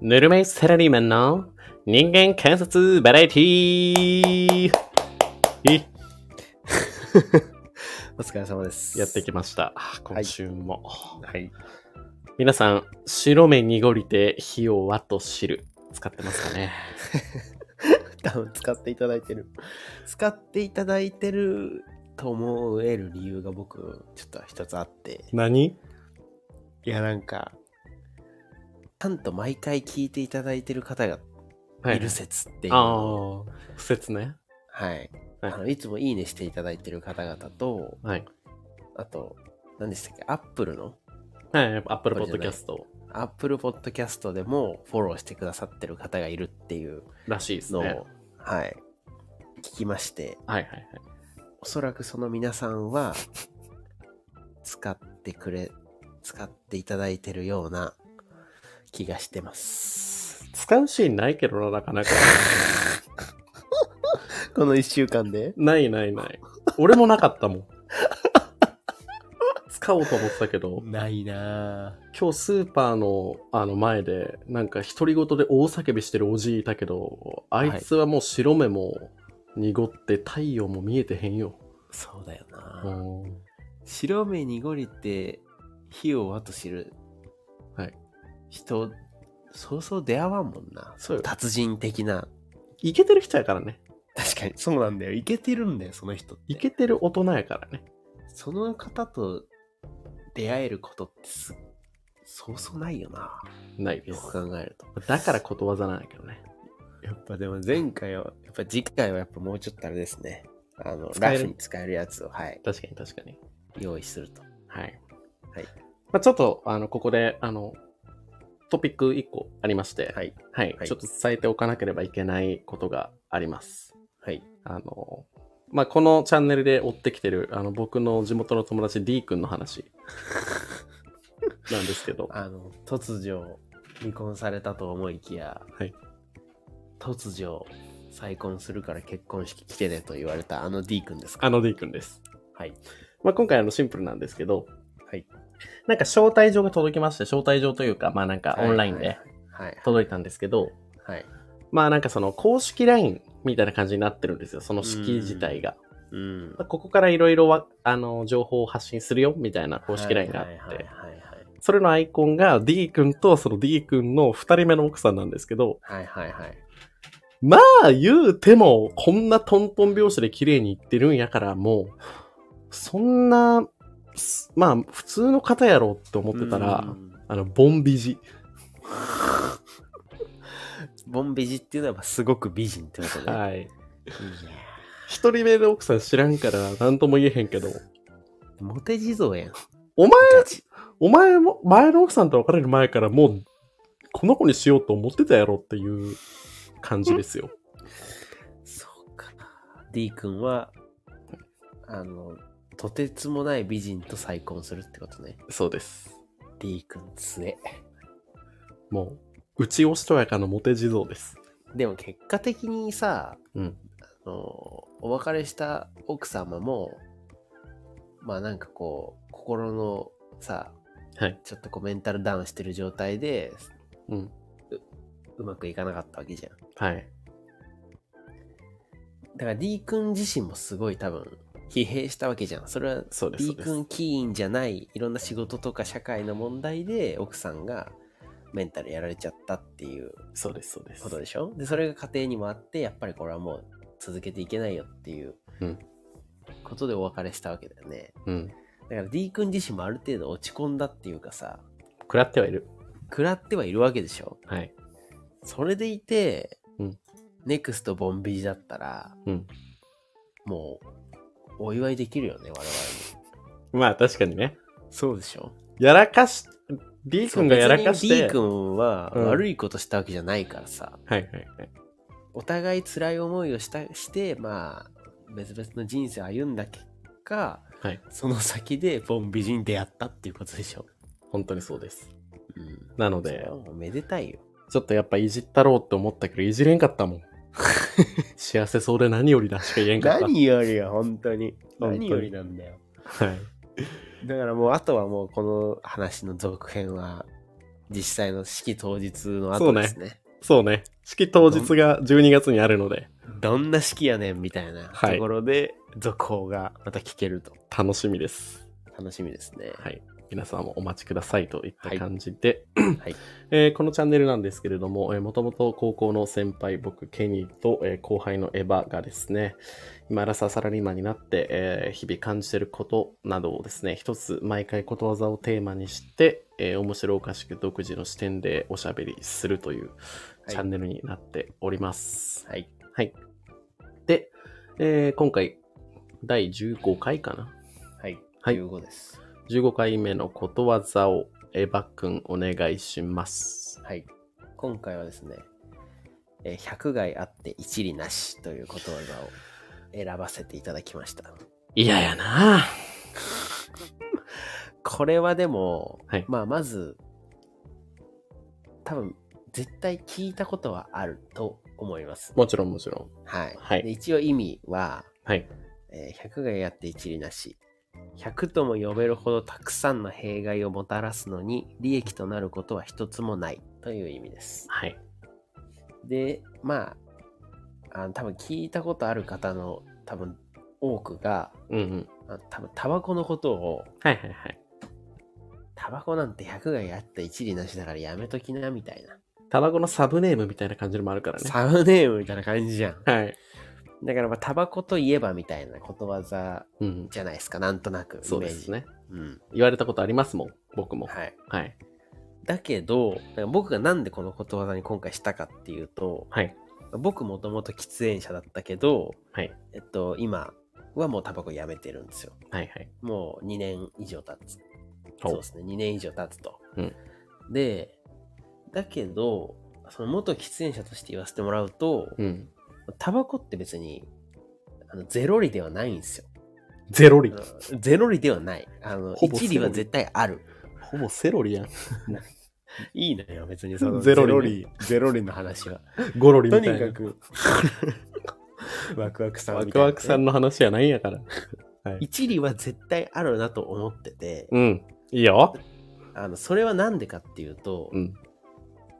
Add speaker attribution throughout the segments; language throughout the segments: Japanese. Speaker 1: ぬるめサラリーマンの人間観察バラエティーい
Speaker 2: お疲れ様です。
Speaker 1: やって
Speaker 2: き
Speaker 1: きました。今週も。
Speaker 2: はい。
Speaker 1: 皆さん、白目濁りて火を和と汁。使ってますかね
Speaker 2: 多分使っていただいてる。使っていただいてると思える理由が僕、ちょっと一つあって。
Speaker 1: 何
Speaker 2: いや、なんか、ちゃんと毎回聞いていただいてる方がいる説っていう。
Speaker 1: ああ、不説ね。
Speaker 2: はい。
Speaker 1: は
Speaker 2: あ
Speaker 1: い
Speaker 2: のいつもいいねしていただいてる方々と、
Speaker 1: はい。
Speaker 2: あと、何でしたっけ、アップルの、
Speaker 1: はい、アップルポッ
Speaker 2: これじゃ
Speaker 1: ド
Speaker 2: な
Speaker 1: キ
Speaker 2: い
Speaker 1: ャスト
Speaker 2: アップルポッドキャストでもフォローしてくださってる方がいるっていう
Speaker 1: らしいです
Speaker 2: のを、
Speaker 1: ね。
Speaker 2: はい、聞きまして、
Speaker 1: はいはいはい。
Speaker 2: おそらくその皆さんは、使ってくれ、使っていただいてるような気がしてます。
Speaker 1: 使うシーンないけどな、なかなか。
Speaker 2: この1週間で
Speaker 1: ないないない。俺もなかったもん。使おうと思ってたけど。
Speaker 2: ないな
Speaker 1: 今日スーパーのあの前でなんか独り言で大叫びしてるおじいいたけどあいつはもう白目も濁って太陽も見えてへんよ、
Speaker 2: そうだよな
Speaker 1: う
Speaker 2: ぁ
Speaker 1: ん
Speaker 2: 白目濁りって火を和と知る
Speaker 1: はい
Speaker 2: 人そうそう出会わんもんな
Speaker 1: そうよ
Speaker 2: 達人的な
Speaker 1: イケてる人やからね
Speaker 2: 確かにそうなんだよいけてるんだよその人って
Speaker 1: イケてる大人やからね
Speaker 2: その方と出会えることってすそうそうないよな
Speaker 1: ないで
Speaker 2: よ
Speaker 1: す
Speaker 2: く考えると
Speaker 1: だからことわざなんやけどね
Speaker 2: やっぱでも前回はやっぱ次回はやっぱもうちょっとあれですねあの
Speaker 1: 使え
Speaker 2: ラ
Speaker 1: る
Speaker 2: フに使えるやつをはい
Speaker 1: 確かに確かに
Speaker 2: 用意すると
Speaker 1: はい、
Speaker 2: はい
Speaker 1: まあ、ちょっとあのここであのトピック1個ありまして、
Speaker 2: はい
Speaker 1: はい
Speaker 2: はい
Speaker 1: ちょっと伝えておかなければいけないことがあります
Speaker 2: はい
Speaker 1: あの、まあ、このチャンネルで追ってきてる、あの、僕の地元の友達 D 君の 話なんですけど、
Speaker 2: あの突如離婚されたと思いきや、
Speaker 1: はい
Speaker 2: 突如再婚するから結婚式来てねと言われたあの D 君ですか
Speaker 1: あの D 君です。
Speaker 2: はい
Speaker 1: まあ、今回あのシンプルなんですけど、
Speaker 2: はい
Speaker 1: なんか招待状が届きまして、招待状というか、まあなんかオンラインで
Speaker 2: はい
Speaker 1: 届いたんですけど、
Speaker 2: はい、はい、
Speaker 1: まあなんかその公式 LINE みたいな感じになってるんですよ、その式自体が。
Speaker 2: うん
Speaker 1: まあここからいろいろあの情報を発信するよみたいな公式 LINE があって、
Speaker 2: はいはい
Speaker 1: それのアイコンが D 君とその D 君の2人目の奥さんなんですけど、
Speaker 2: はいはいはいはいはい
Speaker 1: まあ言うても、こんなトントン拍子で綺麗にいってるんやから、もう、そんな、すまあ普通の方やろって思ってたら、
Speaker 2: うん
Speaker 1: あの、ボンビジ。
Speaker 2: ボン美人っていうのはやっぱすごく美人ってことで、い
Speaker 1: はい。
Speaker 2: や
Speaker 1: 一人目の奥さん知らんから、なんとも言えへんけど、
Speaker 2: ーモテ地蔵やん
Speaker 1: お前、お前も、前の奥さんと別れる前からもう、この子にしようと思ってたやろっていう感じですよ。
Speaker 2: そうか D 君はあのとてつもない美人と再婚するってことね
Speaker 1: そうです。
Speaker 2: D 君強え
Speaker 1: もう、うちおしとやかのモテ地蔵です。
Speaker 2: でも結果的にさ、
Speaker 1: うん
Speaker 2: あのお別れした奥様もまあなんかこう心のさ
Speaker 1: はい。
Speaker 2: ちょっとこうメンタルダウンしてる状態で
Speaker 1: うん。
Speaker 2: うまくいかなかったわけじゃん
Speaker 1: はい。
Speaker 2: だから D 君自身もすごい多分疲弊したわけじゃんそれは
Speaker 1: そうです
Speaker 2: D
Speaker 1: そうです
Speaker 2: 君起因じゃないいろんな仕事とか社会の問題で奥さんがメンタルやられちゃったっていう
Speaker 1: そうです、そうです
Speaker 2: こと。でしょでそれが家庭にもあってやっぱりこれはもう続けていけないよっていう
Speaker 1: うん
Speaker 2: ことでお別れしたわけだよね
Speaker 1: うん。
Speaker 2: だから D 君自身もある程度落ち込んだっていうかさ
Speaker 1: 食らってはいる。
Speaker 2: 食らってはいるわけでしょ
Speaker 1: はい。
Speaker 2: それでいて、
Speaker 1: うん
Speaker 2: ネクストボンビジだったら
Speaker 1: うん。
Speaker 2: もうお祝いできるよね我々に
Speaker 1: まあ確かにね。
Speaker 2: そうでしょ
Speaker 1: やらかし、D 君がやらかし
Speaker 2: 別に
Speaker 1: て。
Speaker 2: D 君は
Speaker 1: うん
Speaker 2: 悪いことしたわけじゃないからさ、
Speaker 1: はいはいはい。
Speaker 2: お互い辛い思いをしたしてまあ別々の人生を歩んだ結果、
Speaker 1: はい
Speaker 2: その先でボン美人に出会ったっていうことでしょ、
Speaker 1: 本当にそうです。
Speaker 2: うん、
Speaker 1: なの
Speaker 2: それ
Speaker 1: で
Speaker 2: は、もうめでたいよ
Speaker 1: ちょっとやっぱいじったろうって思ったけど、いじれんかった もん。幸せそうで何よりだしか言えんかった。
Speaker 2: よりよ本当に
Speaker 1: 本当に
Speaker 2: 何よりなんだよ
Speaker 1: はい。
Speaker 2: だからもうあとはもうこの話の続編は実際の式当日の後ですね。
Speaker 1: そうね。式当日が12月にあるので、
Speaker 2: どんな式やねんみたいな
Speaker 1: はい
Speaker 2: ところで、続報がまた聞けると。
Speaker 1: 楽しみです。
Speaker 2: 楽しみですね。
Speaker 1: はい。皆さんもお待ちくださいといった感じで、
Speaker 2: はい。
Speaker 1: えーこのチャンネルなんですけれども、えー、もともと高校の先輩、僕、ケニーと、えー後輩のエヴァがですね、今、アラサーサラリーマンになって、えー日々感じてることなどをですね、一つ毎回ことわざをテーマにして、えー面白おかしく独自の視点でおしゃべりするというチャンネルになっております。
Speaker 2: はい。
Speaker 1: はい。で、えー今回、第15回かな
Speaker 2: はい。
Speaker 1: はい
Speaker 2: 15です。
Speaker 1: ?15 回目のことわざをエヴァくんお願いします。
Speaker 2: はい。今回はですね、えー100害あって一理なしということわざを選ばせていただきました。
Speaker 1: 嫌やなぁ。
Speaker 2: これはでも、
Speaker 1: はい
Speaker 2: まあまず、多分、絶対聞いたことはあると思います。
Speaker 1: もちろんもちろん。
Speaker 2: はい。
Speaker 1: はい
Speaker 2: で一応意味は、
Speaker 1: はい。
Speaker 2: えー100害あって一理なし。100とも呼べるほどたくさんの弊害をもたらすのに利益となることは一つもないという意味です。
Speaker 1: はい。
Speaker 2: で、まあ、あ多分聞いたことある方の多分多くが、
Speaker 1: うんうん。
Speaker 2: あ多分タバコのことを、
Speaker 1: はいはいはい。
Speaker 2: タバコなんて100害あって一理なしだからやめときなみたいな。
Speaker 1: タバコのサブネームみたいな感じのもあるからね。
Speaker 2: サブネームみたいな感じじゃん。
Speaker 1: はい。
Speaker 2: だからまあタバコといえばみたいなことわざ
Speaker 1: うん。
Speaker 2: じゃないですか、なんとなく。
Speaker 1: そうですね。
Speaker 2: イメージ。
Speaker 1: 言われたことありますもん。僕も
Speaker 2: うん。。はい。
Speaker 1: はい。
Speaker 2: だけど、だから僕がなんでこのことわざに今回したかっていうと、
Speaker 1: はい。
Speaker 2: 僕もともと喫煙者だったけど、
Speaker 1: はい。
Speaker 2: えっと、今はもうタバコやめてるんですよ。
Speaker 1: はいはい。
Speaker 2: もう2年以上経つ。
Speaker 1: ほ
Speaker 2: そうですね、2年以上経つと。
Speaker 1: うん
Speaker 2: で、だけど、その元喫煙者として言わせてもらうと、
Speaker 1: うん。
Speaker 2: タバコって別にあのゼロ利ではないんですよ。
Speaker 1: ゼロリ。
Speaker 2: あのゼロ利ではない。あの
Speaker 1: ほぼ
Speaker 2: 一利は
Speaker 1: ゼロ利
Speaker 2: 絶対ある。
Speaker 1: ほぼセロリやん。
Speaker 2: いいのよ、別にその
Speaker 1: ゼロ利
Speaker 2: 利、ゼロ利の話は。
Speaker 1: ゴロリ
Speaker 2: と
Speaker 1: み
Speaker 2: に
Speaker 1: たいな。
Speaker 2: かく、 ワクワクさん
Speaker 1: ワク
Speaker 2: みたいな
Speaker 1: ワ
Speaker 2: ね
Speaker 1: クさんの話やないんやから。
Speaker 2: 一理は絶対あるなと思ってて、
Speaker 1: うん。いいよ。
Speaker 2: あのそれはなんでかっていうと、
Speaker 1: うん。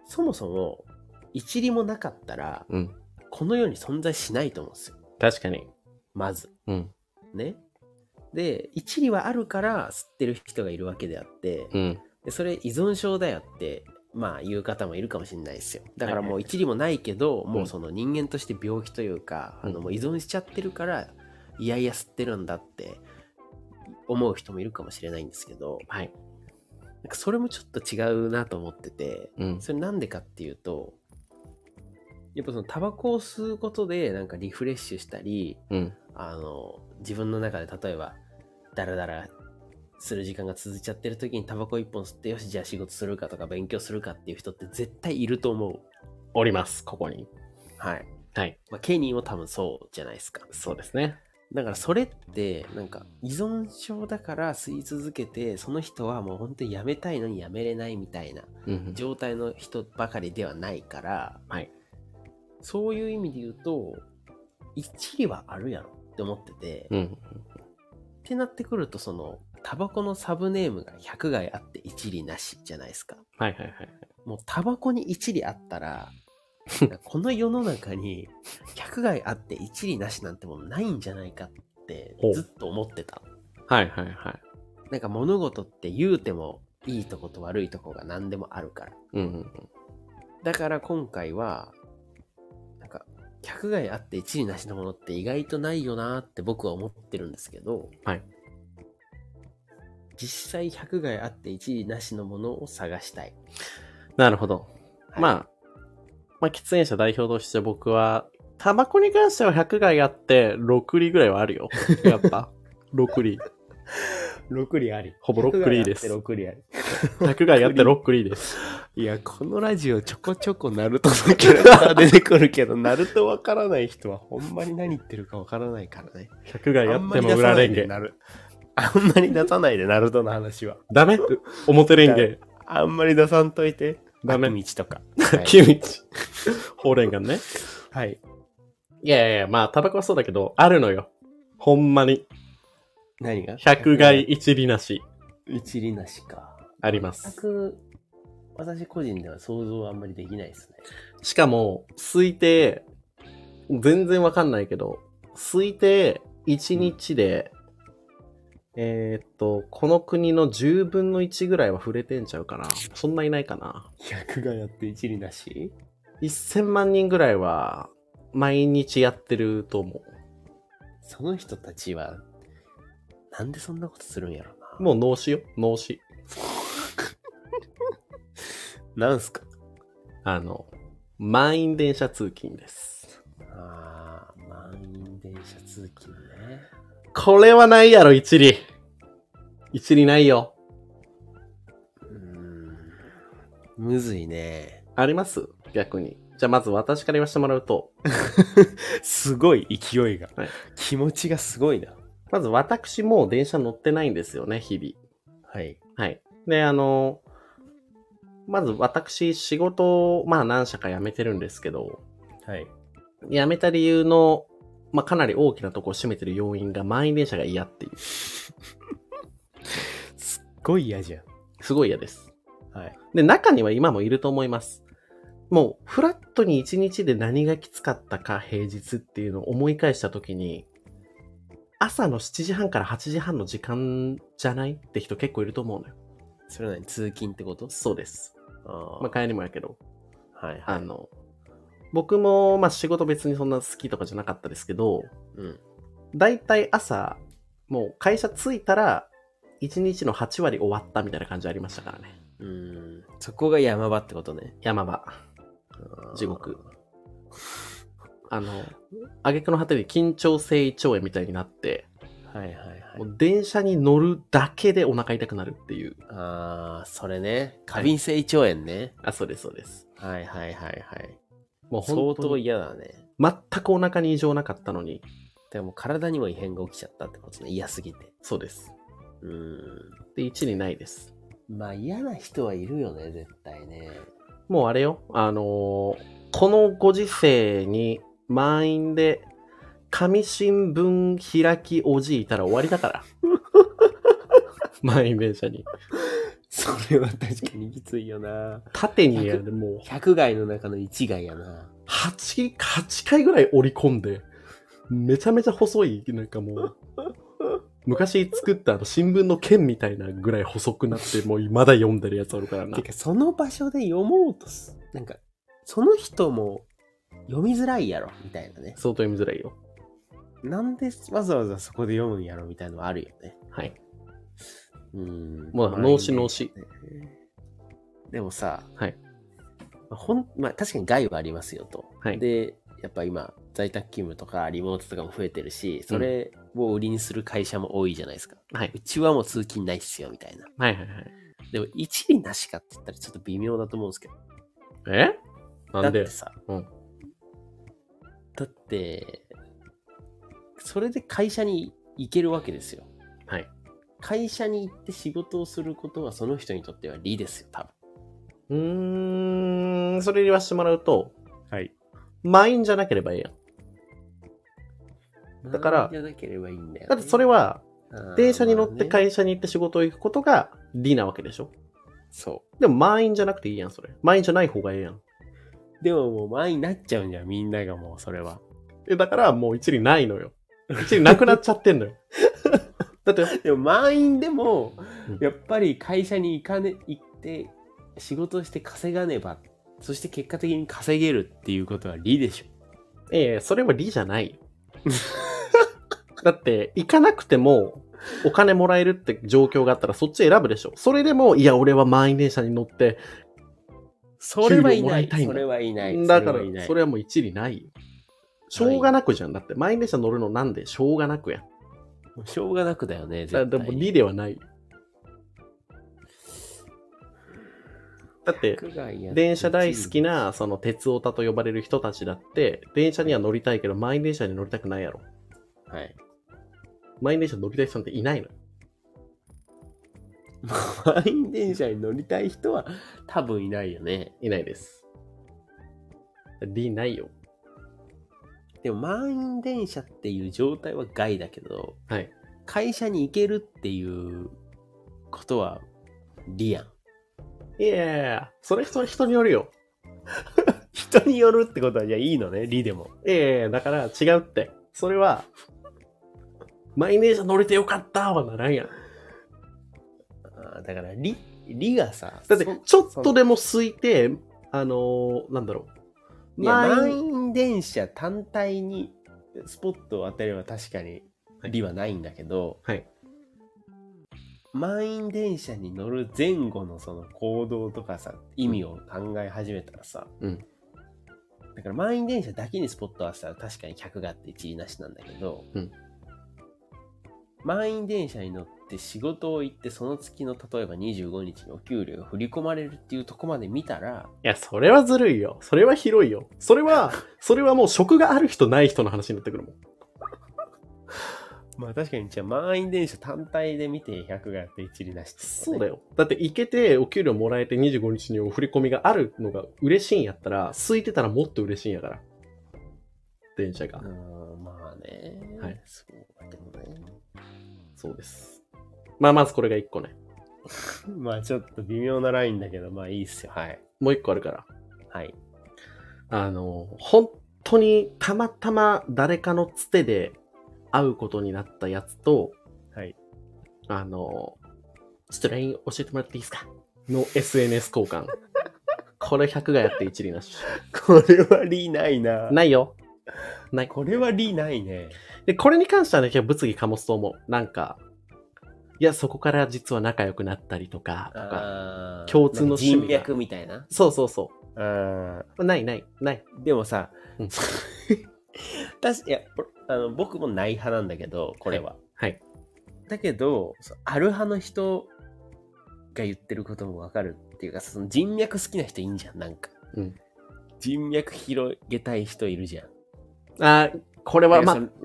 Speaker 2: そもそも一理もなかったら、
Speaker 1: うん。
Speaker 2: この世に存在しないと思うんですよ。
Speaker 1: 確かに。
Speaker 2: まず。
Speaker 1: うん。
Speaker 2: ね。で、一理はあるから吸ってる人がいるわけであって、
Speaker 1: うん。
Speaker 2: でそれ依存症だよって、まあ言う方もいるかもしれないですよ。だから
Speaker 1: はい
Speaker 2: も
Speaker 1: は
Speaker 2: う
Speaker 1: い
Speaker 2: 一理もないけど、もうんうその人間として病気というか、あ
Speaker 1: う
Speaker 2: の
Speaker 1: ん
Speaker 2: もう依存しちゃってるから、いやいや吸ってるんだって思う人もいるかもしれないんですけど、
Speaker 1: はい。
Speaker 2: なんかそれもちょっと違うなと思ってて、
Speaker 1: うん。
Speaker 2: それなんでかっていうと、やっぱそのタバコを吸うことでなんかリフレッシュしたり、
Speaker 1: うん。
Speaker 2: あの自分の中で例えばダラダラする時間が続いちゃってる時にタバコ一本吸ってよしじゃあ仕事するかとか勉強するかっていう人って絶対いると思う
Speaker 1: おります、ここに。
Speaker 2: はい、
Speaker 1: はい。
Speaker 2: まあ、ケニーも多分そうじゃないですか
Speaker 1: そうですね。
Speaker 2: だからそれってなんか依存症だから吸い続けてその人はもう本当にやめたいのにやめれないみたいな
Speaker 1: うん。
Speaker 2: 状態の人ばかりではないから、
Speaker 1: はい
Speaker 2: そういう意味で言うと一理はあるやろって思ってて、
Speaker 1: うん。
Speaker 2: ってなってくるとそのタバコのサブネームが100害あって一理なしじゃないですか
Speaker 1: はいはいはい。
Speaker 2: もうタバコに一理あっ たらこの世の中に100害あって一理なしなんてもうないんじゃないかって
Speaker 1: ほう
Speaker 2: ずっと思ってた
Speaker 1: はいはいはい。
Speaker 2: なんか物事って言うてもいいとこと悪いとこが何でもあるから
Speaker 1: うん。
Speaker 2: だから今回はなんか100害あって一理なしのものって意外とないよなーって僕は思ってるんですけど、
Speaker 1: はい
Speaker 2: 実際100害あって一理なしのものを探したい、
Speaker 1: なるほど。
Speaker 2: はい
Speaker 1: まあ、まあ、喫煙者代表として僕は、タバコに関しては100害あって、6厘ぐらいはある よ。やっぱ。6厘。
Speaker 2: 6里あり
Speaker 1: ほぼ6里です
Speaker 2: 6里あり
Speaker 1: 100害あって6厘です。
Speaker 2: いやこのラジオちょこちょこナルトのキャラクター出てく るけどナルトわからない人はほんまに何言ってるかわからないからね
Speaker 1: 100害あ
Speaker 2: あ
Speaker 1: っ
Speaker 2: んま
Speaker 1: て
Speaker 2: り
Speaker 1: も
Speaker 2: 出
Speaker 1: 裏
Speaker 2: さない
Speaker 1: レン
Speaker 2: で
Speaker 1: ゲ。
Speaker 2: なるあんまり出さないでナルトの話は
Speaker 1: ダメ表レンゲ。
Speaker 2: あんまり出さんといて。
Speaker 1: ダメ
Speaker 2: 秋道とか。はい
Speaker 1: キムチ。ほうれんがね。
Speaker 2: はい。
Speaker 1: いやいやいや、まあ、タバコはそうだけど、あるのよ。ほんまに。
Speaker 2: 何が
Speaker 1: 100害。一理なし。
Speaker 2: 一理なしか。
Speaker 1: あります。
Speaker 2: 100私個人では想像はあんまりできないですね。
Speaker 1: しかも、推定、全然わかんないけど、推定1日で、えーっと、この国の10分の1ぐらいは触れてんちゃうかな。そんないないかな。
Speaker 2: 100がやって一理なし
Speaker 1: 1000万人ぐらいは、毎日やってると思
Speaker 2: その人たちは、なんでそんなことするんやろな。
Speaker 1: う。もう脳死よ、脳死。
Speaker 2: なんすか
Speaker 1: あの、満員電車通勤です。
Speaker 2: ああ、満員電車通勤ね。
Speaker 1: これはないやろ、一理。一理ないよ。
Speaker 2: うーん。むずいね。
Speaker 1: あります逆に。じゃあまず私から言わせてもらうと、
Speaker 2: すごい勢いが。
Speaker 1: はい
Speaker 2: 気持ちがすごいな。
Speaker 1: まず私も電車乗ってないんですよね、日々。
Speaker 2: はい。
Speaker 1: はい。で、あの、まず私仕事を、まあ何社か辞めてるんですけど、
Speaker 2: はい。
Speaker 1: 辞めた理由の、まあかなり大きなとこを占めてる要因が満員電車が嫌っていう。
Speaker 2: すごい嫌じゃん。
Speaker 1: すごい嫌です。
Speaker 2: はい。
Speaker 1: で、中には今もいると思います。もう、フラットに一日で何がきつかったか平日っていうのを思い返したときに、朝の7時半から8時半の時間じゃないって人結構いると思うのよ。
Speaker 2: それなに通勤ってこと
Speaker 1: そうです。
Speaker 2: あ
Speaker 1: まあ、帰りもやけど。
Speaker 2: あ、はいは
Speaker 1: あ
Speaker 2: い。
Speaker 1: の、僕も、まあ、仕事別にそんな好きとかじゃなかったですけど、
Speaker 2: うん。
Speaker 1: だいたい朝、もう会社着いたら、1日の8割終わったみたいな感じありましたからね。
Speaker 2: うーん。そこが山場ってことね。
Speaker 1: 山場。
Speaker 2: あー
Speaker 1: 地獄。あの、挙句の果てに緊張性胃腸炎みたいになって、
Speaker 2: はいはいはい。
Speaker 1: もう電車に乗るだけでお腹痛くなるっていう。
Speaker 2: ああ、それね。過敏性胃腸炎ね。
Speaker 1: あ、そうです、そうです。
Speaker 2: はいはいはいはい。
Speaker 1: もう
Speaker 2: 相
Speaker 1: 本当
Speaker 2: 当
Speaker 1: に
Speaker 2: 嫌だね。
Speaker 1: 全くお腹に異常なかったのに、
Speaker 2: でも体にも異変が起きちゃったってことね。嫌すぎて。
Speaker 1: そうです。
Speaker 2: うー
Speaker 1: で、1にないです。
Speaker 2: ん。まあ嫌な人はいるよね、絶対ね。
Speaker 1: もうあれよ、あのーこのご時世に満員で、紙新聞開きおじいたら終わりだ から。満員電車に。
Speaker 2: それは確かにきついよな。
Speaker 1: 縦にやる、もう
Speaker 2: 100害の中の1害やな。
Speaker 1: 8、8回ぐらい折り込んで、めちゃめちゃ細い、なんかもう、昔作ったあの新聞の剣みたいなぐらい細くなって、もうまだ読んでるやつあるからな
Speaker 2: て。かその場所で読もうとす。なんか、その人も読みづらいやろ、みたいなね。
Speaker 1: 相当読みづらいよ。
Speaker 2: なんでわざわざそこで読むんやろ、みたいなのはあるよね。
Speaker 1: はい。
Speaker 2: うん。
Speaker 1: もう
Speaker 2: まあ
Speaker 1: 脳死脳死。
Speaker 2: でもさ、
Speaker 1: はい
Speaker 2: まあほんまあ、確かに害はありますよと。
Speaker 1: はい
Speaker 2: で、やっぱ今、在宅勤務とかリモートとかも増えてるし、それを売りにする会社も多いじゃないですか。。
Speaker 1: はいう
Speaker 2: ちはもう通勤ないっすよ、みたいな。
Speaker 1: はいはいはい。
Speaker 2: でも、一理なしかって言ったらちょっと微妙だと思うんですけど。
Speaker 1: えなん
Speaker 2: だっ
Speaker 1: で
Speaker 2: てさ、
Speaker 1: うん
Speaker 2: だって、それで会社に行けるわけですよ。
Speaker 1: はい。
Speaker 2: 会社に行って仕事をすることはその人にとっては利ですよ、多分。
Speaker 1: うーん、それに言わせてもらうと、
Speaker 2: はい。
Speaker 1: 満員じゃなければいいやん。だ
Speaker 2: だ
Speaker 1: か
Speaker 2: からら、じゃなければいいんだよね、
Speaker 1: だってそれは、
Speaker 2: うん、
Speaker 1: 電車に乗って
Speaker 2: まあね
Speaker 1: 会社に行って仕事行くことが理なわけでしょ。
Speaker 2: そ
Speaker 1: でも満員じゃなくていいやん、それ。満員じゃない方がいいやん。
Speaker 2: う。でももう前になっちゃうんじゃん、みんながもう、それは。
Speaker 1: え、だからもう一理ないのよ。一理なくなっちゃってんのよ。 だって、
Speaker 2: でも満員でも
Speaker 1: うん、
Speaker 2: やっぱり会社に行かね、行って、仕事して稼がねば、そして結果的に稼げるっていうことは利でしょ。
Speaker 1: ええそれは理じゃないよ。だって、行かなくても、お金もらえるって状況があったらそっち選ぶでしょ。それでも、いや、俺は満員電車に乗って、
Speaker 2: それは
Speaker 1: 給料
Speaker 2: いない。
Speaker 1: もらいたいんだ
Speaker 2: それはいない。
Speaker 1: だか
Speaker 2: そ
Speaker 1: ら
Speaker 2: れはいな、い
Speaker 1: それはもう一理ないよ。しょうがなくじゃん。だって、満員電車乗るのなんでしょうがなくやん。
Speaker 2: もうしょうがなくだよね、
Speaker 1: だ
Speaker 2: 絶
Speaker 1: で
Speaker 2: 対
Speaker 1: も、理ではないよ。だって、電車大好き。な、その、鉄オタと呼ばれる人たちだって、電車には乗りたいけど、満員電車に乗りたくないやろ。
Speaker 2: はい。
Speaker 1: 満員電車乗りたい人なんていないのよ。
Speaker 2: 満員電車に乗りたい人は多分いないよね。
Speaker 1: いないです。理ないよ。
Speaker 2: でも満員電車っていう状態は害だけど、
Speaker 1: はい。
Speaker 2: 会社に行けるっていうことは利やん。
Speaker 1: いいやいやいやそれ人人によるよ。
Speaker 2: 人によるってことは、じゃあいいのね、リでも。
Speaker 1: いやいやいやだから違うって。それは、マイネージャー乗れてよかったはならんやん。
Speaker 2: あーだから、リ、リがさ、
Speaker 1: だって
Speaker 2: そ、
Speaker 1: ちょっとでも空いて、あのーなんだろう。
Speaker 2: いや
Speaker 1: 満員
Speaker 2: 満員電車単体にスポットを当てれば確かに利はないんだけど、
Speaker 1: はい
Speaker 2: 満員電車に乗る前後のその行動とかさ意味を考え始めたらさ、
Speaker 1: うん
Speaker 2: だから満員電車だけにスポットを当てたら確かに客があって一理なしなんだけど、
Speaker 1: うん
Speaker 2: 満員電車に乗って仕事を行ってその月の例えば25日にお給料が振り込まれるっていうとこまで見たら
Speaker 1: いや、それはずるいよ。それは広いよ。それ は、それはもう職がある人ない人の話になってくるもん。
Speaker 2: まあ確かにじゃあ満員電車単体で見て100がやって一理なしってことね
Speaker 1: そうだよ。だって行けてお給料もらえて25日にお振り込みがあるのが嬉しいんやったら、空いてたらもっと嬉しいんやから。電車が。
Speaker 2: うーんまあね
Speaker 1: はい
Speaker 2: そうでもね
Speaker 1: そうです。まあ、まずこれが1個ね。
Speaker 2: まあちょっと微妙なラインだけどまあいいっすよはい
Speaker 1: もう1個あるから。
Speaker 2: はい
Speaker 1: あの、本当にたまたま誰かのつてで会うことになったやつと、
Speaker 2: はい
Speaker 1: あの、ちょっと LINE 教えてもらっていいですかの SNS 交換。 これ100がやって一理なし。
Speaker 2: これはリないな
Speaker 1: ないよ。
Speaker 2: これはリないね
Speaker 1: で、これに関してはね、結構物議かもすと思う。なんか、いや、そこから実は仲良くなったりとか、とか。
Speaker 2: あー
Speaker 1: 共通の
Speaker 2: なんか
Speaker 1: 趣味が
Speaker 2: 人脈みたいな
Speaker 1: そうそうそ
Speaker 2: あ
Speaker 1: う。ないないない。
Speaker 2: ーでもさ
Speaker 1: うん
Speaker 2: 確かいやこれあの僕もない派なんだけどこれは、
Speaker 1: はい。
Speaker 2: だけどそうある派の人が言ってることもわかるっていうかその人脈好きな人いいんじゃんなんか、
Speaker 1: うん
Speaker 2: 人脈広げたい人いるじゃん
Speaker 1: あーこれはまあ、
Speaker 2: なん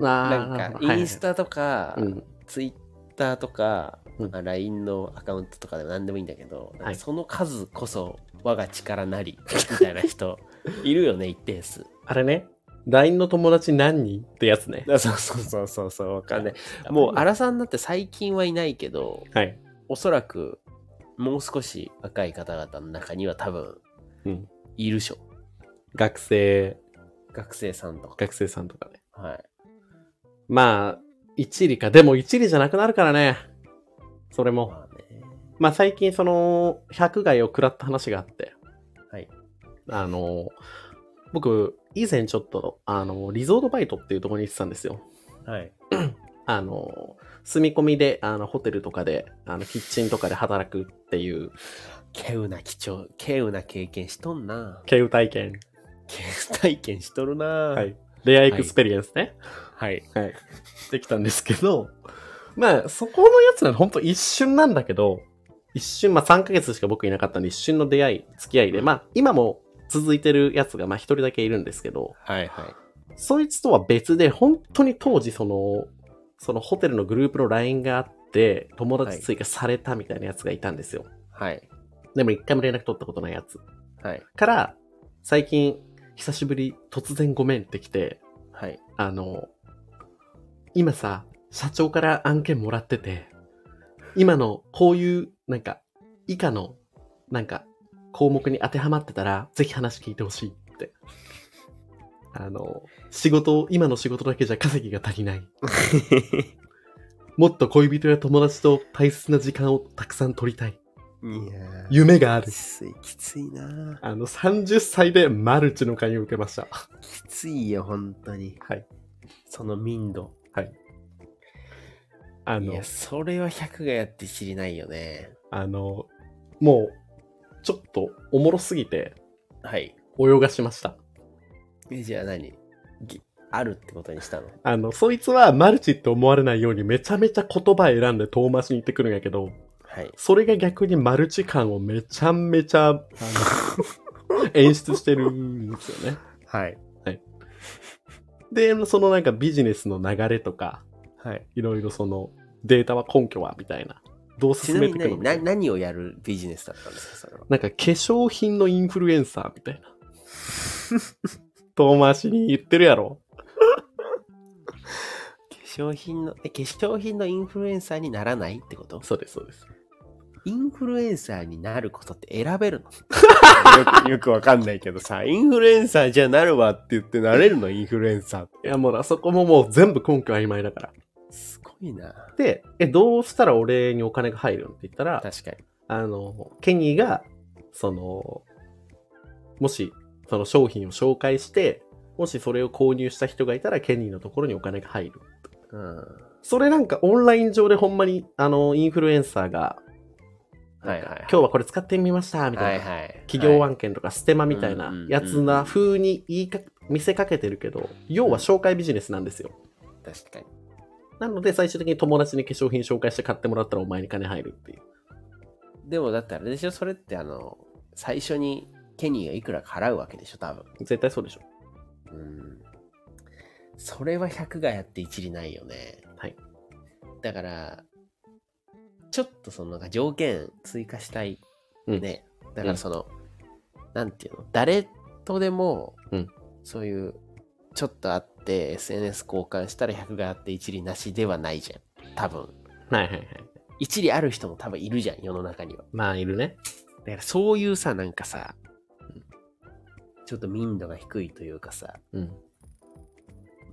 Speaker 1: あー
Speaker 2: なんか
Speaker 1: はいはい
Speaker 2: インスタとか、
Speaker 1: うん。
Speaker 2: ツイッターとか、
Speaker 1: うん
Speaker 2: まあ LINE のアカウントとかでも何でもいいんだけど、
Speaker 1: はい
Speaker 2: その数こそ我が力なりみたいな人 いるよね一定数
Speaker 1: あれね、LINE の友達何人ってやつね。
Speaker 2: そうそうそうそうそうわかんないもう荒さんだって最近はいないけど
Speaker 1: はい。
Speaker 2: おそらくもう少し若い方々の中には多分
Speaker 1: うん。
Speaker 2: いるでしょ
Speaker 1: 学生、
Speaker 2: 学生さんとか
Speaker 1: 学生さんとかね。
Speaker 2: はい
Speaker 1: まあ、一理か。でも一理じゃなくなるからね。それも。
Speaker 2: まあね
Speaker 1: まあ最近その、百害を食らった話があって。
Speaker 2: はい
Speaker 1: あの、僕、以前ちょっと、あの、リゾートバイトっていうところに行ってたんですよ。
Speaker 2: はい
Speaker 1: あの、住み込みで、あの、ホテルとかで、あの、キッチンとかで働くっていう、
Speaker 2: 稀有な貴重稀有な経験しとんな
Speaker 1: 経由体験。
Speaker 2: 経験体験しとるな
Speaker 1: はい。レアエクスペリエンスね。
Speaker 2: はい
Speaker 1: はい。できたんですけど、まあ、そこのやつは本当一瞬なんだけど、一瞬、まあ3ヶ月しか僕いなかったんで、一瞬の出会い、付き合いで、まあ今も続いてるやつが、まあ一人だけいるんですけど、
Speaker 2: はいはい
Speaker 1: そいつとは別で、本当に当時、その、そのホテルのグループの LINE があって、友達追加されたみたいなやつがいたんですよ。
Speaker 2: はい
Speaker 1: でも一回も連絡取ったことないやつ。
Speaker 2: はい
Speaker 1: から、最近、久しぶり、突然ごめんって来て、
Speaker 2: はい
Speaker 1: あの、今さ、社長から案件もらってて、今のこういう、なんか、以下の、なんか、項目に当てはまってたら、ぜひ話聞いてほしいって。あの、仕事を、今の仕事だけじゃ稼ぎが足りない。もっと恋人や友達と大切な時間をたくさん取りたい。
Speaker 2: いやー
Speaker 1: 夢がある
Speaker 2: き。ついきついな
Speaker 1: あの、30歳でマルチの会を受けました。
Speaker 2: きついよ本当に
Speaker 1: はい。
Speaker 2: その民度
Speaker 1: あ
Speaker 2: い
Speaker 1: の
Speaker 2: や、それは100がやって知りないよね
Speaker 1: あの、もう、ちょっとおもろすぎて、
Speaker 2: はい
Speaker 1: 泳がしました。
Speaker 2: えじゃあ何ぎあるってことにしたの
Speaker 1: あの、そいつはマルチって思われないようにめちゃめちゃ言葉選んで遠回しに言ってくるんやけど、
Speaker 2: はい
Speaker 1: それが逆にマルチ感をめちゃめち ゃ、あの演出してるんですよね。
Speaker 2: はい
Speaker 1: で、そのなんかビジネスの流れとか、
Speaker 2: はい
Speaker 1: いろいろそのデータは根拠はみたいな。どう
Speaker 2: ち
Speaker 1: 進
Speaker 2: な
Speaker 1: め
Speaker 2: み
Speaker 1: て
Speaker 2: に
Speaker 1: いくの
Speaker 2: 何
Speaker 1: みた
Speaker 2: ない
Speaker 1: な。
Speaker 2: 何をやるビジネスだったんですかそれは
Speaker 1: なんか化粧品のインフルエンサーみたいな。遠回しに言ってるやろ。
Speaker 2: 化粧品のえ化粧品のインフルエンサーにならないってこと
Speaker 1: そうです、そうです。
Speaker 2: インフルエンサーになることって選べるの よくよくわかんないけどさ、インフルエンサーじゃなるわって言ってなれるのインフルエンサーって。
Speaker 1: いや、もうあそこももう全部根拠曖昧だから。
Speaker 2: すごいな。
Speaker 1: で、え、どうしたら俺にお金が入るのって言ったら、
Speaker 2: 確かに。
Speaker 1: あの、ケニーが、その、もし、その商品を紹介して、もしそれを購入した人がいたら、ケニーのところにお金が入る。
Speaker 2: うん。は
Speaker 1: それなんかオンライン上でほんまに、あの、インフルエンサーが、
Speaker 2: いはいはい。
Speaker 1: 今日はこれ使ってみました、みたいな。
Speaker 2: はいはい。
Speaker 1: 企業
Speaker 2: は
Speaker 1: 案件とかステマみたいなやつな風に言いか見せかけてるけど、要は紹介ビジネスなんですよ。
Speaker 2: い確かに。
Speaker 1: なので最終的に友達に化粧品紹介して買ってもらったらお前に金入るっていう。
Speaker 2: でもだってあれでしょそれってあの、最初にケニーがいくら払うわけでしょ多分。
Speaker 1: 絶対そうでしょ。
Speaker 2: うん。それは100がやって一理ないよね。
Speaker 1: はい。
Speaker 2: だから、ちょっとそのなんか条件追加したい。
Speaker 1: うん
Speaker 2: ね。だからその、なんていうの、誰とでも、
Speaker 1: うん
Speaker 2: そういう、ちょっとあって SNS 交換したら100があって一理なしではないじゃん。多分。
Speaker 1: はいはいはい。
Speaker 2: 一理ある人も多分いるじゃん、世の中には。
Speaker 1: まあいるね。
Speaker 2: だからそういうさ、なんかさ、ちょっと民度が低いというかさ、
Speaker 1: うん。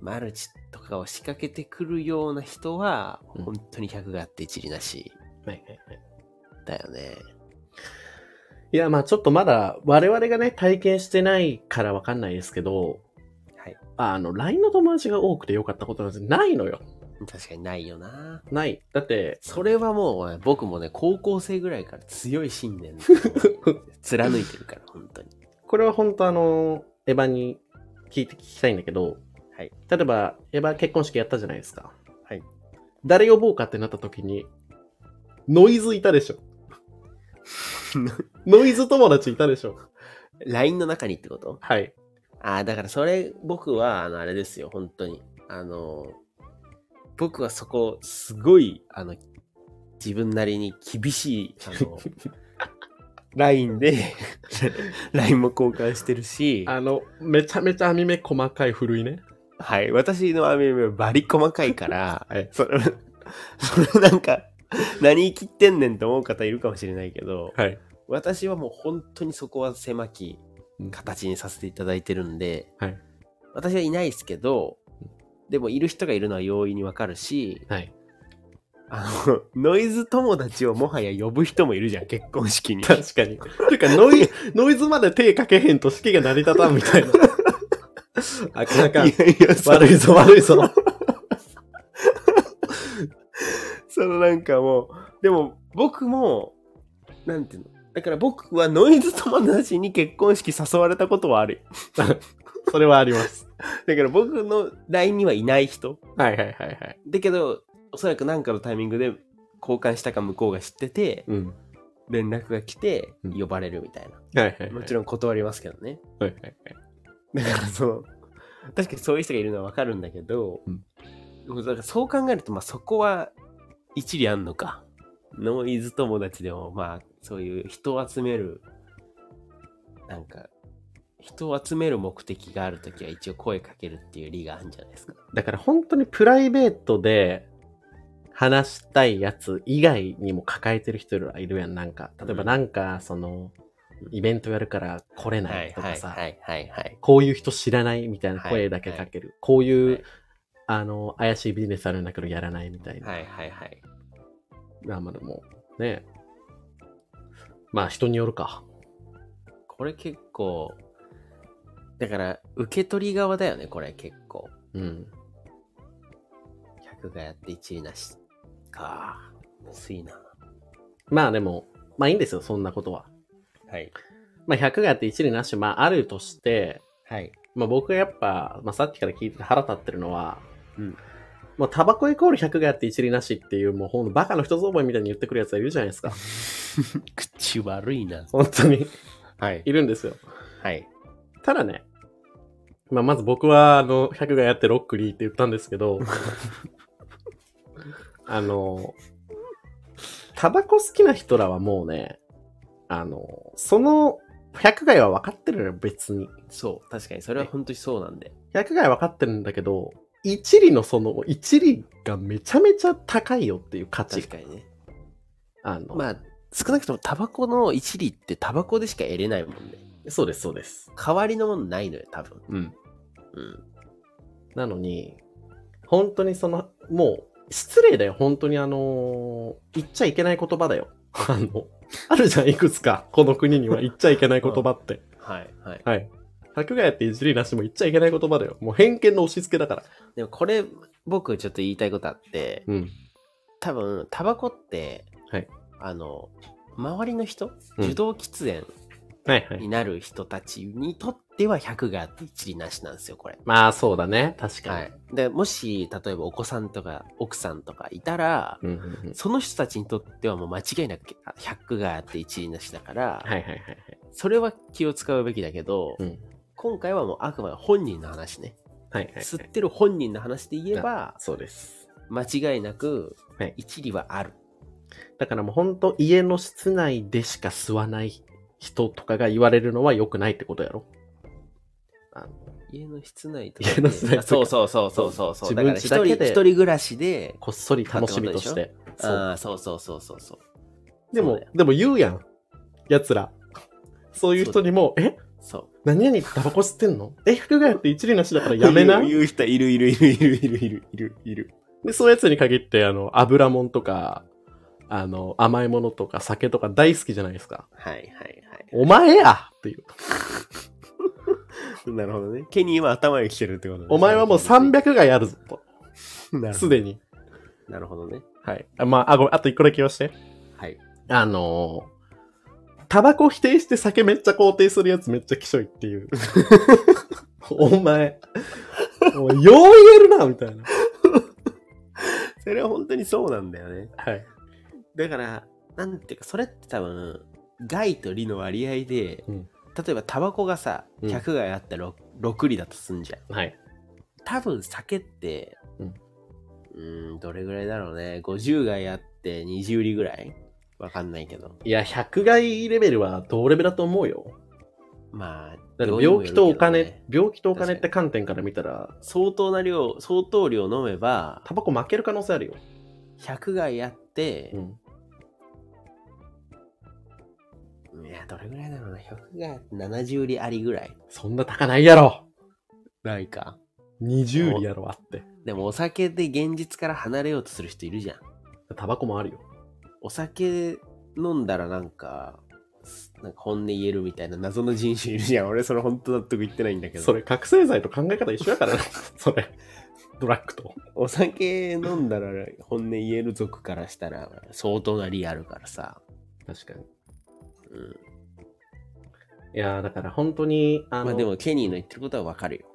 Speaker 2: マルチとかを仕掛けてくるような人は、
Speaker 1: うん
Speaker 2: 本当に100があって一理なし
Speaker 1: はいはいはい。
Speaker 2: だよね。
Speaker 1: いやまあちょっとまだ我々がね体験してないからわかんないですけど、
Speaker 2: はい。
Speaker 1: あの LINE の友達が多くてよかったことなんてないのよ。
Speaker 2: 確かにないよな。
Speaker 1: ない。だって、
Speaker 2: それはもうね、僕もね、高校生ぐらいから強い信念 貫いてるから、本当に。
Speaker 1: これは本当あの、エヴァに聞いて聞きたいんだけど、
Speaker 2: はい
Speaker 1: 例えば、エヴァ結婚式やったじゃないですか。
Speaker 2: はい。
Speaker 1: 誰呼ぼうかってなった時に、ノイズいたでし ょ。ノイズ友達いたでしょ。
Speaker 2: LINE の中にってこと
Speaker 1: はい。
Speaker 2: ああ、だからそれ、僕は、あの、あれですよ、本当に。あの、僕はそこ、すごい、あの、自分なりに厳しい、あ の、LINE で、LINE も交換してるし、
Speaker 1: あの、めちゃめちゃ網目細かいふるいね。
Speaker 2: はい、私の網目はバリ細かいから、
Speaker 1: はい
Speaker 2: それ、 それなんか、何切ってんねんと思う方いるかもしれないけど、
Speaker 1: はい。
Speaker 2: 私はもう本当にそこは狭き形にさせていただいてるんで、
Speaker 1: はい
Speaker 2: 私はいないですけど、でもいる人がいるのは容易にわかるし、
Speaker 1: はい。
Speaker 2: あの、ノイズ友達をもはや呼ぶ人もいるじゃん、結婚式に。
Speaker 1: 確かに。ていうか、ノイ、ノイズまで手かけへんと式が成り立たんみたいな。 あかんあかん
Speaker 2: い。やいや、そ
Speaker 1: 悪いぞ、悪いぞ。
Speaker 2: そのなんかもう、でも僕も、なんていうの、だから僕はノイズ友達に結婚式誘われたことはあるよ。
Speaker 1: それはあります。
Speaker 2: だから僕の LINE にはいない人。
Speaker 1: はいはいはいはい。
Speaker 2: だけど、おそらくなんかのタイミングで交換したか向こうが知ってて、
Speaker 1: うん。
Speaker 2: 連絡が来て
Speaker 1: うん
Speaker 2: 呼ばれるみたいな、
Speaker 1: はいはい、はい。
Speaker 2: もちろん断りますけどね
Speaker 1: はいはいはい。
Speaker 2: だからその確かにそういう人がいるのはわかるんだけど、
Speaker 1: うん
Speaker 2: でもだからそう考えるとまあそこは一理あんのかノイズ友達でもまあそういう人を集めるなんか人を集める目的があるときは一応声かけるっていう理があるんじゃないですか
Speaker 1: だから本当にプライベートで話したいやつ以外にも抱えてる人いるやん。なんか、例えばなんか、その、イベントやるから来れないとかさ、
Speaker 2: はいはいはい
Speaker 1: こういう人知らないみたいな声だけかける。こういう、
Speaker 2: はい
Speaker 1: あの、怪しいビジネスあるんだけどやらないみたいな。
Speaker 2: はいはいはい
Speaker 1: まあまあでも、ねまあ人によるか。
Speaker 2: これ結構だから受け取り側だよねこれ結構
Speaker 1: うん。
Speaker 2: 100がやって1位なしか。むずいな。
Speaker 1: まあでも、まあいいんですよ、そんなことは。
Speaker 2: はい。
Speaker 1: まあ100があって一理なし、まああるとして、
Speaker 2: はい。
Speaker 1: まあ、僕がやっぱ、まあ、さっきから聞いてて腹立ってるのは、
Speaker 2: うん
Speaker 1: まあ、タバコイコール100があって一理なしっていう、もうほんとバカの一つ覚えみたいに言ってくるやつがいるじゃないですか。
Speaker 2: 口悪いな。
Speaker 1: 本当に。
Speaker 2: はい。
Speaker 1: いるんですよ。
Speaker 2: はい。
Speaker 1: ただね、まあ、まず僕は、あの、100がやってロックリーって言ったんですけ ど、あの、タバコ好きな人らはもうね、あの、その、100害は分かってるのよ、別に。
Speaker 2: そう。確かに、それは本当にそうなんで。
Speaker 1: 百害分かってるんだけど、一理のその、一理がめちゃめちゃ高いよっていう価値
Speaker 2: 確。かにね。
Speaker 1: あの、
Speaker 2: まあ、少なくともタバコの1リってタバコでしか得れないもんね。
Speaker 1: そうです、そうです。
Speaker 2: 代わりのものないのよ、多分。
Speaker 1: うん。
Speaker 2: うん。
Speaker 1: なのに、本当にその、もう、失礼だよ。本当にあのー言っちゃいけない言葉だよ。 あの、あるじゃん、いくつか。この国 には言っちゃいけない言葉って。
Speaker 2: はい、はい。
Speaker 1: はい。百害あっていじりなしも言っちゃいけない言葉だよ。もう偏見の押し付けだから。
Speaker 2: でもこれ、僕ちょっと言いたいことあって、
Speaker 1: うん。
Speaker 2: 多分、タバコって、
Speaker 1: はい
Speaker 2: あの、周りの人、
Speaker 1: うん
Speaker 2: 受動喫煙
Speaker 1: はいはい。
Speaker 2: になる人たちにとっては100があって一理なしなんですよ、これ。
Speaker 1: まあ、そうだね。確かに。
Speaker 2: はい。で、もし、例えばお子さんとか奥さんとかいたら、
Speaker 1: うんうんうん。
Speaker 2: その人たちにとってはもう間違いなく100があって一理なしだから、
Speaker 1: はいはいはいはい。
Speaker 2: それは気を使うべきだけど、
Speaker 1: うん。
Speaker 2: 今回はもうあくまで本人の話ね。
Speaker 1: はいはい、はい。
Speaker 2: 吸ってる本人の話で言えば、
Speaker 1: そうです。
Speaker 2: 間違いなく
Speaker 1: はい
Speaker 2: 一理はある。
Speaker 1: だからもう本当家の室内でしか吸わない人とかが言われるのは良くないってことやろ。あの
Speaker 2: 家の室内とかで。
Speaker 1: 家の室内とか
Speaker 2: あそうそうそうそうそうそう。
Speaker 1: 自
Speaker 2: だ
Speaker 1: 分
Speaker 2: から
Speaker 1: 家
Speaker 2: 一
Speaker 1: だ
Speaker 2: 人
Speaker 1: けで
Speaker 2: 一人暮らしで、
Speaker 1: こっそり楽しみとして。そう
Speaker 2: あーそうそうそうそうそう。
Speaker 1: で
Speaker 2: そう
Speaker 1: も
Speaker 2: だよ、
Speaker 1: でも言うやん。奴ら。そういう人にも、え
Speaker 2: そ
Speaker 1: 何々タバコ吸ってんのえ、百害あって一理なしだから
Speaker 2: う。
Speaker 1: やめな
Speaker 2: 言う人いるいるいるいるいるいるいるいる。
Speaker 1: で、そういうやつに限って、あの、油もんとか、あの、甘いものとか酒とか大好きじゃないですか。
Speaker 2: はいはいは
Speaker 1: お前やっていう。
Speaker 2: い。 なるほどね。ケニー今頭に来てるってことね
Speaker 1: お前はもう300害あるぞと。
Speaker 2: なるほ
Speaker 1: す
Speaker 2: ど
Speaker 1: でに。
Speaker 2: なるほどね。
Speaker 1: はい。あまあ、あ、ごめん、あと一個だけ言わして。
Speaker 2: はい。
Speaker 1: あのータバコ否定して酒めっちゃ肯定するやつめっちゃきしょいっていう。 お前、お前よう言えるな、みたいな。
Speaker 2: それは本当にそうなんだよね。
Speaker 1: はい。
Speaker 2: だから、なんていうか、それって多分、害と利の割合で、
Speaker 1: うん
Speaker 2: 例えばタバコがさ、
Speaker 1: うん
Speaker 2: 100害あったら 6, 6利だとすんじゃん。
Speaker 1: はい。
Speaker 2: 多分酒って、
Speaker 1: うん
Speaker 2: うーん、どれぐらいだろうね。50害あって20利ぐらいわかんないけど。
Speaker 1: いや、100害レベルは同レベルだと思うよ。
Speaker 2: まあ、
Speaker 1: だって
Speaker 2: 量にもよ
Speaker 1: 病
Speaker 2: るけ
Speaker 1: 気
Speaker 2: ど
Speaker 1: と
Speaker 2: ね
Speaker 1: お金、病気とお金って観点から見たら、
Speaker 2: 相当な量、相当量飲めば、
Speaker 1: タバコ負ける可能性あるよ。
Speaker 2: 100害あって、
Speaker 1: ん。
Speaker 2: いや、どれぐらいだろうな。100害あって70利ありぐらい。
Speaker 1: そんな高ないやろ。
Speaker 2: ないか。
Speaker 1: 20里やろ、あって。
Speaker 2: でもお酒で現実から離れようとする人いるじゃん。
Speaker 1: タバコもあるよ。
Speaker 2: お酒飲んだらなんか、すなんか本音言えるみたいな謎の人種いるじゃん。俺それ本当納得いってないんだけど。
Speaker 1: それ、覚醒剤と考え方一緒やからな。それ、ドラッグと。
Speaker 2: お酒飲んだら本音言える族からしたら相当なリアルからさ。
Speaker 1: 確かに。
Speaker 2: うん。
Speaker 1: いやーだから本当に、あの、
Speaker 2: まあでもケニーの言ってることはわかるよ。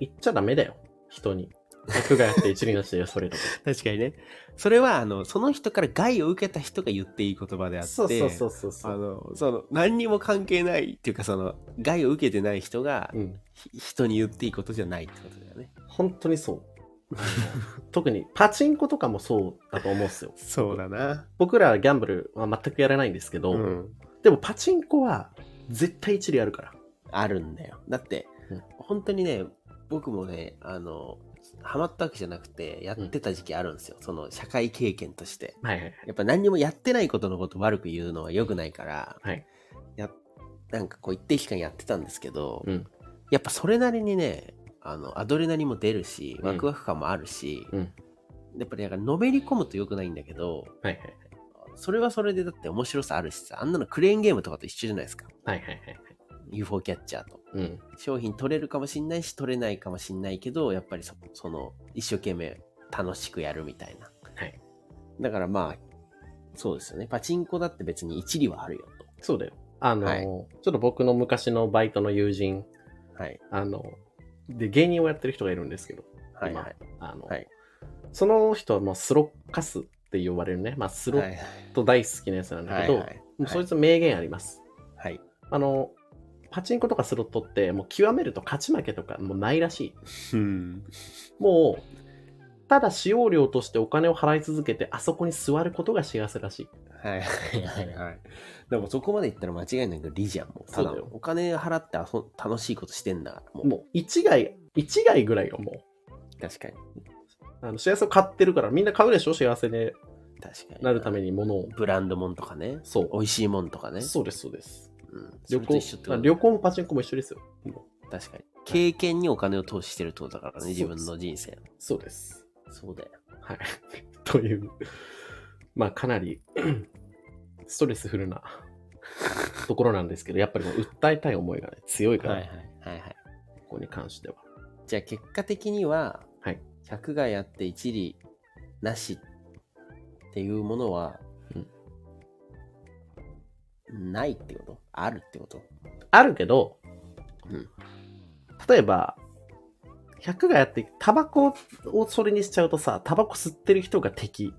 Speaker 1: 言っちゃダメだよ。人に。僕がやって一理なしだ よ、それとか。
Speaker 2: 確かにね。それはあの、その人から害を受けた人が言っていい言葉であって。
Speaker 1: そうそうそうそうそ
Speaker 2: あ
Speaker 1: う。
Speaker 2: の、その、何にも関係ないっていうかその、害を受けてない人が
Speaker 1: うん。
Speaker 2: ひ人に言っていいことじゃないってことだよね。
Speaker 1: 本当にそう。 あの特にパチンコとかもそうだと思うんですよ。
Speaker 2: そうだな。
Speaker 1: 僕らはギャンブルは全くやらないんですけど、
Speaker 2: うん。
Speaker 1: でもパチンコは絶対一理あるから。
Speaker 2: あるんだよ。だって、
Speaker 1: うん
Speaker 2: 本当にね、僕もね、あの、ハマったわけじゃなくて、やってた時期あるんですよ。その、社会経験として。
Speaker 1: はいはい。
Speaker 2: やっぱ何にもやってないことのこと悪く言うのは良くないから、
Speaker 1: はい
Speaker 2: やなんかこう一定期間やってたんですけど、
Speaker 1: うん
Speaker 2: やっぱそれなりにね、あの、アドレナリンも出るし、
Speaker 1: うん
Speaker 2: ワクワク感もあるし、
Speaker 1: うん
Speaker 2: やっぱりなんかのめり込むと良くないんだけど、
Speaker 1: はいはい。
Speaker 2: それはそれでだって面白さあるしさ、あんなのクレーンゲームとかと一緒じゃないですか。
Speaker 1: はいはいはい。
Speaker 2: UFO キャッチャーと。
Speaker 1: うん。
Speaker 2: 商品取れるかもしんないし取れないかもしんないけどやっぱりそその一生懸命楽しくやるみたいな、
Speaker 1: はい
Speaker 2: だからまあそうですよねパチンコだって別に一理はあるよ
Speaker 1: そうだよ。あの、
Speaker 2: はい
Speaker 1: ちょっと僕の昔のバイトの友人、
Speaker 2: とはい
Speaker 1: あの、で、芸人をやってる人がいるんですけど、
Speaker 2: はい
Speaker 1: 今
Speaker 2: はい
Speaker 1: あの、
Speaker 2: はい
Speaker 1: その人はもうスロッカスって呼ばれるね。まあ、スロ
Speaker 2: はい
Speaker 1: ット大好きなやつなんだ
Speaker 2: は
Speaker 1: け
Speaker 2: い
Speaker 1: ど、
Speaker 2: はい
Speaker 1: もうそいつ名言あります。
Speaker 2: はい
Speaker 1: あの、パチンコとかスロットって、もう極めると勝ち負けとかもうないらしい。
Speaker 2: うん
Speaker 1: もう、ただ使用料としてお金を払い続けて、あそこに座ることが幸せらしい。
Speaker 2: はいはいはいはいでもそこまでいったら間違いなく理じゃんもう
Speaker 1: そ
Speaker 2: た
Speaker 1: う
Speaker 2: だ
Speaker 1: だよ
Speaker 2: お金払って遊ん楽しいことしてんだからもう
Speaker 1: もう、一概、一概ぐらいがもう、
Speaker 2: 確かに
Speaker 1: あの幸せを買ってるから、みんな買うでしょ幸せで
Speaker 2: 確かに。
Speaker 1: なるためにものを。
Speaker 2: ブランドもんとかね。
Speaker 1: そう。
Speaker 2: 美味しいもんとかね。
Speaker 1: そうです、そうです。
Speaker 2: うん。そ
Speaker 1: 旅
Speaker 2: れと
Speaker 1: 行
Speaker 2: 一緒ってことだね
Speaker 1: 旅行もパチンコも一緒ですよ。も
Speaker 2: 確かに。経験にお金を投資してるってことだからね、
Speaker 1: そう
Speaker 2: 自分の人生の。
Speaker 1: うそうです。
Speaker 2: そうだよ。
Speaker 1: はい。 という、まあかなり ストレスフルなところなんですけど、やっぱりもう訴えたい思いが、ね、強いから、
Speaker 2: はいはい。
Speaker 1: ここに関しては。
Speaker 2: じゃあ結果的には、
Speaker 1: はい
Speaker 2: 100がやって一理なしっていうものは、ないってことあるってこと
Speaker 1: あるけど、
Speaker 2: うん
Speaker 1: 例えば、100がやって、タバコをそれにしちゃうとさ、タバコ吸ってる人が敵。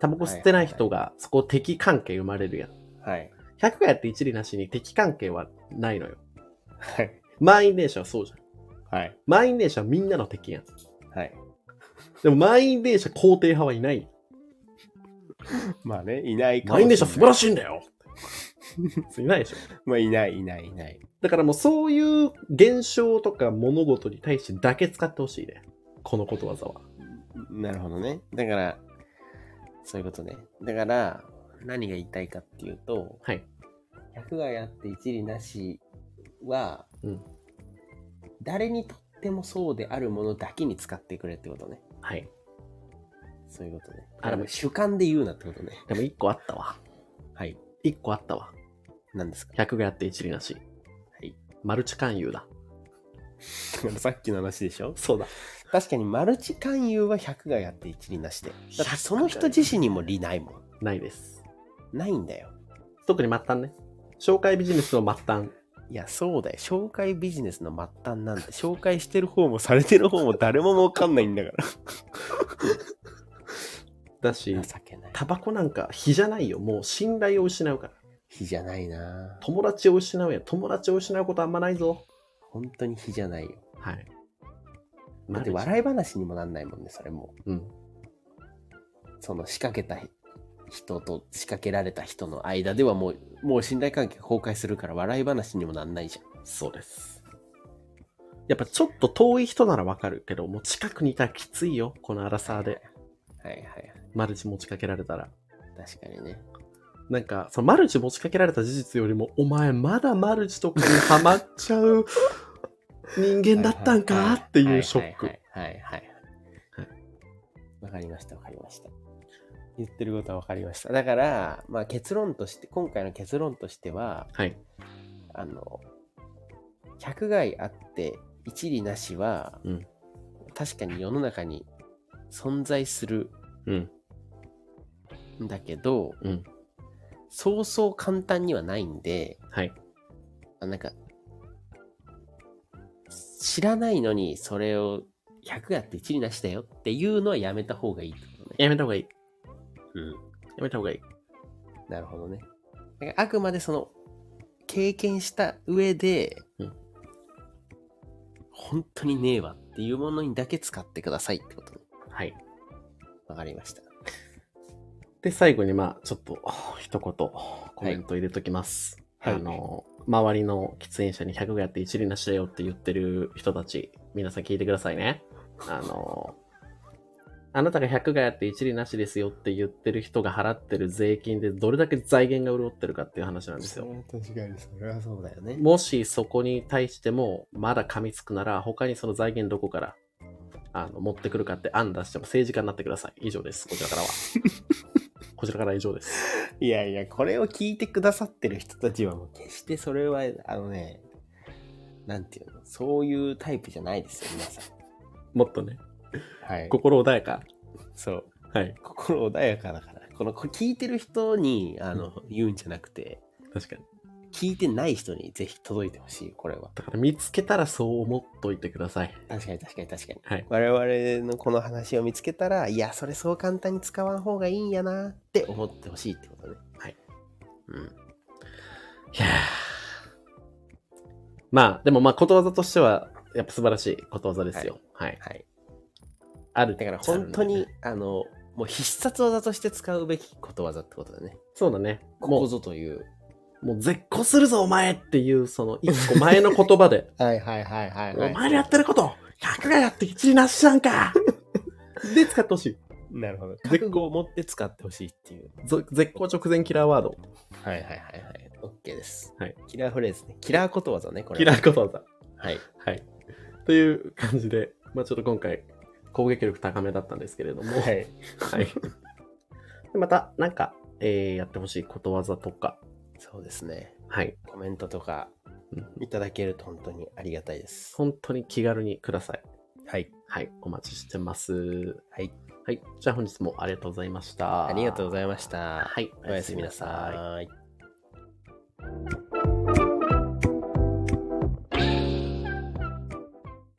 Speaker 1: タバコ吸ってない人が、そこ敵関係生まれるやん。
Speaker 2: はい。
Speaker 1: 100がやって一理なしに敵関係はないのよ。
Speaker 2: はい。
Speaker 1: 満員電車はそうじゃん。
Speaker 2: はい。
Speaker 1: 満員電車はみんなの敵やん。
Speaker 2: はい。
Speaker 1: でも満員電車肯定派はいない。
Speaker 2: まあね、いないかも
Speaker 1: 満員
Speaker 2: しれな
Speaker 1: 電
Speaker 2: い。
Speaker 1: 車素晴らしいんだよいないでしょ。
Speaker 2: まあいない、いない、いない。
Speaker 1: だからもうそういう現象とか物事に対してだけ使ってほしいね。このことわざは。
Speaker 2: なるほどね。だから、そういうことね。だから、何が言いたいかっていうと、
Speaker 1: はい。
Speaker 2: 100がやって一理なしは、
Speaker 1: うん
Speaker 2: 誰にとってもそうであるものだけに使ってくれってことね。
Speaker 1: はい。
Speaker 2: そういうことね。
Speaker 1: あ
Speaker 2: あ
Speaker 1: でも
Speaker 2: の主観で言うなってことね。
Speaker 1: でも一個あったわ。
Speaker 2: はい。
Speaker 1: 一個あったわ。
Speaker 2: 何ですか
Speaker 1: 100がやって一理なし。
Speaker 2: い
Speaker 1: マルチ勧誘だ。
Speaker 2: さっきの話でしょ
Speaker 1: そうだ。
Speaker 2: 確かにマルチ勧誘は100がやって一理なしで。だって
Speaker 1: 100
Speaker 2: その人自身にも理ないもん。
Speaker 1: ないです。
Speaker 2: ないんだよ。
Speaker 1: 特に末端ね。紹介ビジネスの末端。
Speaker 2: いや、そうだよ。紹介ビジネスの末端なんて、紹介してる方もされてる方も誰も儲かんないんだから。
Speaker 1: だし
Speaker 2: 情、けない。
Speaker 1: タバコなんか非じゃないよ。もう信頼を失うから。
Speaker 2: 日じゃないなぁ
Speaker 1: 友達を失うやん。友達を失うことあんまないぞ。
Speaker 2: 本当に日じゃないよ。
Speaker 1: はい。
Speaker 2: だって笑い話にもなんないもんね、それもう。
Speaker 1: うん。
Speaker 2: その仕掛けた人と仕掛けられた人の間ではもう、もう信頼関係崩壊するから笑い話にもなんないじゃん。
Speaker 1: そうです。やっぱちょっと遠い人ならわかるけど、もう近くにいたらきついよ。このアラサーで。
Speaker 2: はいはいはい。
Speaker 1: マルチ持ちかけられたら。
Speaker 2: 確かにね。
Speaker 1: なんか、そのマルチ持ちかけられた事実よりも、お前まだマルチとかにハマっちゃ う人間だったん
Speaker 2: はいは
Speaker 1: か
Speaker 2: は
Speaker 1: っていうショック
Speaker 2: は。いはいはいはい
Speaker 1: はい。
Speaker 2: わかりましたわかりました。言ってることはわかりました。だから、まあ結論として、今回の結論としては、
Speaker 1: はい。
Speaker 2: あの、百害あって一理なしは、
Speaker 1: うん
Speaker 2: 確かに世の中に存在する
Speaker 1: うん。
Speaker 2: んだけど、
Speaker 1: うん。
Speaker 2: そうそう簡単にはないんで、
Speaker 1: はい。
Speaker 2: あなんか、知らないのにそれを100やって一理なしだよっていうのはやめた方がいいってことね。
Speaker 1: やめた方がいい。
Speaker 2: うん。
Speaker 1: やめた方がいい。
Speaker 2: なるほどね。だからあくまでその、経験した上で、
Speaker 1: うん
Speaker 2: 本当にねえわっていうものにだけ使ってくださいってことね。
Speaker 1: はい。
Speaker 2: わかりました。
Speaker 1: で、最後に、まあ、ちょっと、一言、コメント入れときます。
Speaker 2: はい
Speaker 1: あの、周りの喫煙者に100がやって一理なしだよって言ってる人たち、皆さん聞いてくださいね。あの、あなたが100がやって一理なしですよって言ってる人が払ってる税金でどれだけ財源が潤ってるかっていう話なんですよ。
Speaker 2: 確かにそれはそうだよね。
Speaker 1: もしそこに対してもまだ噛みつくなら他にその財源どこからあの持ってくるかって案出しても政治家になってください。以上です。こちら からは。こちらからは以上です。
Speaker 2: いやいや、これを聞いてくださってる人たちはもう決してそれは、あのね、なんていうの、そういうタイプじゃないですよ、皆さ
Speaker 1: もっとね、
Speaker 2: ん。はい。
Speaker 1: 心穏やか。
Speaker 2: そう。
Speaker 1: はい、
Speaker 2: 心穏やかだから。この、こ聞いてる人に、あの、言うんじゃなくて、
Speaker 1: 確かに。
Speaker 2: 聞いてない人にぜひ届いてほしい、これは。
Speaker 1: だから見つけたらそう思っといてください。
Speaker 2: 確かに確かに確かに。
Speaker 1: はい。
Speaker 2: 我々のこの話を見つけたら、いや、それそう簡単に使わん方がいいんやなって思ってほしいってことね。
Speaker 1: はい。
Speaker 2: うん。
Speaker 1: いやーまあ、でもまあ、ことわざとしては、やっぱ素晴らしいことわざですよ。はい。
Speaker 2: はい。
Speaker 1: ある。
Speaker 2: だから本当
Speaker 1: ある
Speaker 2: に
Speaker 1: ね。、
Speaker 2: あの、もう必殺技として使うべきことわざってことだね。
Speaker 1: そうだね。
Speaker 2: こ
Speaker 1: も
Speaker 2: こぞという。
Speaker 1: う、もう絶好するぞ、お前っていう、その、一個前の言葉で、
Speaker 2: はいはいはい は
Speaker 1: お前のやってること、100がやって一理なしなんかで使ってほしい。
Speaker 2: なるほど。覚悟を持って使ってほしいっていう。
Speaker 1: ぞ絶好直前キラーワード。
Speaker 2: はいはいはいはい。OK です。
Speaker 1: はい。
Speaker 2: キラーフレーズね。キラーことわざね、これ。
Speaker 1: キラーことわざ。
Speaker 2: はい。
Speaker 1: はい。という感じで、まあちょっと今回、攻撃力高めだったんですけれども、
Speaker 2: はい。
Speaker 1: はい。でまた、なんか、えーやってほしいことわざとか、
Speaker 2: そうですね。
Speaker 1: はい。
Speaker 2: コメントとか
Speaker 1: うん
Speaker 2: いただけると本当にありがたいです。
Speaker 1: 本当に気軽にください。
Speaker 2: はい。
Speaker 1: はい。お待ちしてます。
Speaker 2: はい。
Speaker 1: はい。じゃあ本日もありがとうございました。
Speaker 2: ありがとうご
Speaker 1: い
Speaker 2: ざいました。
Speaker 1: はい。
Speaker 2: おやすみなさい。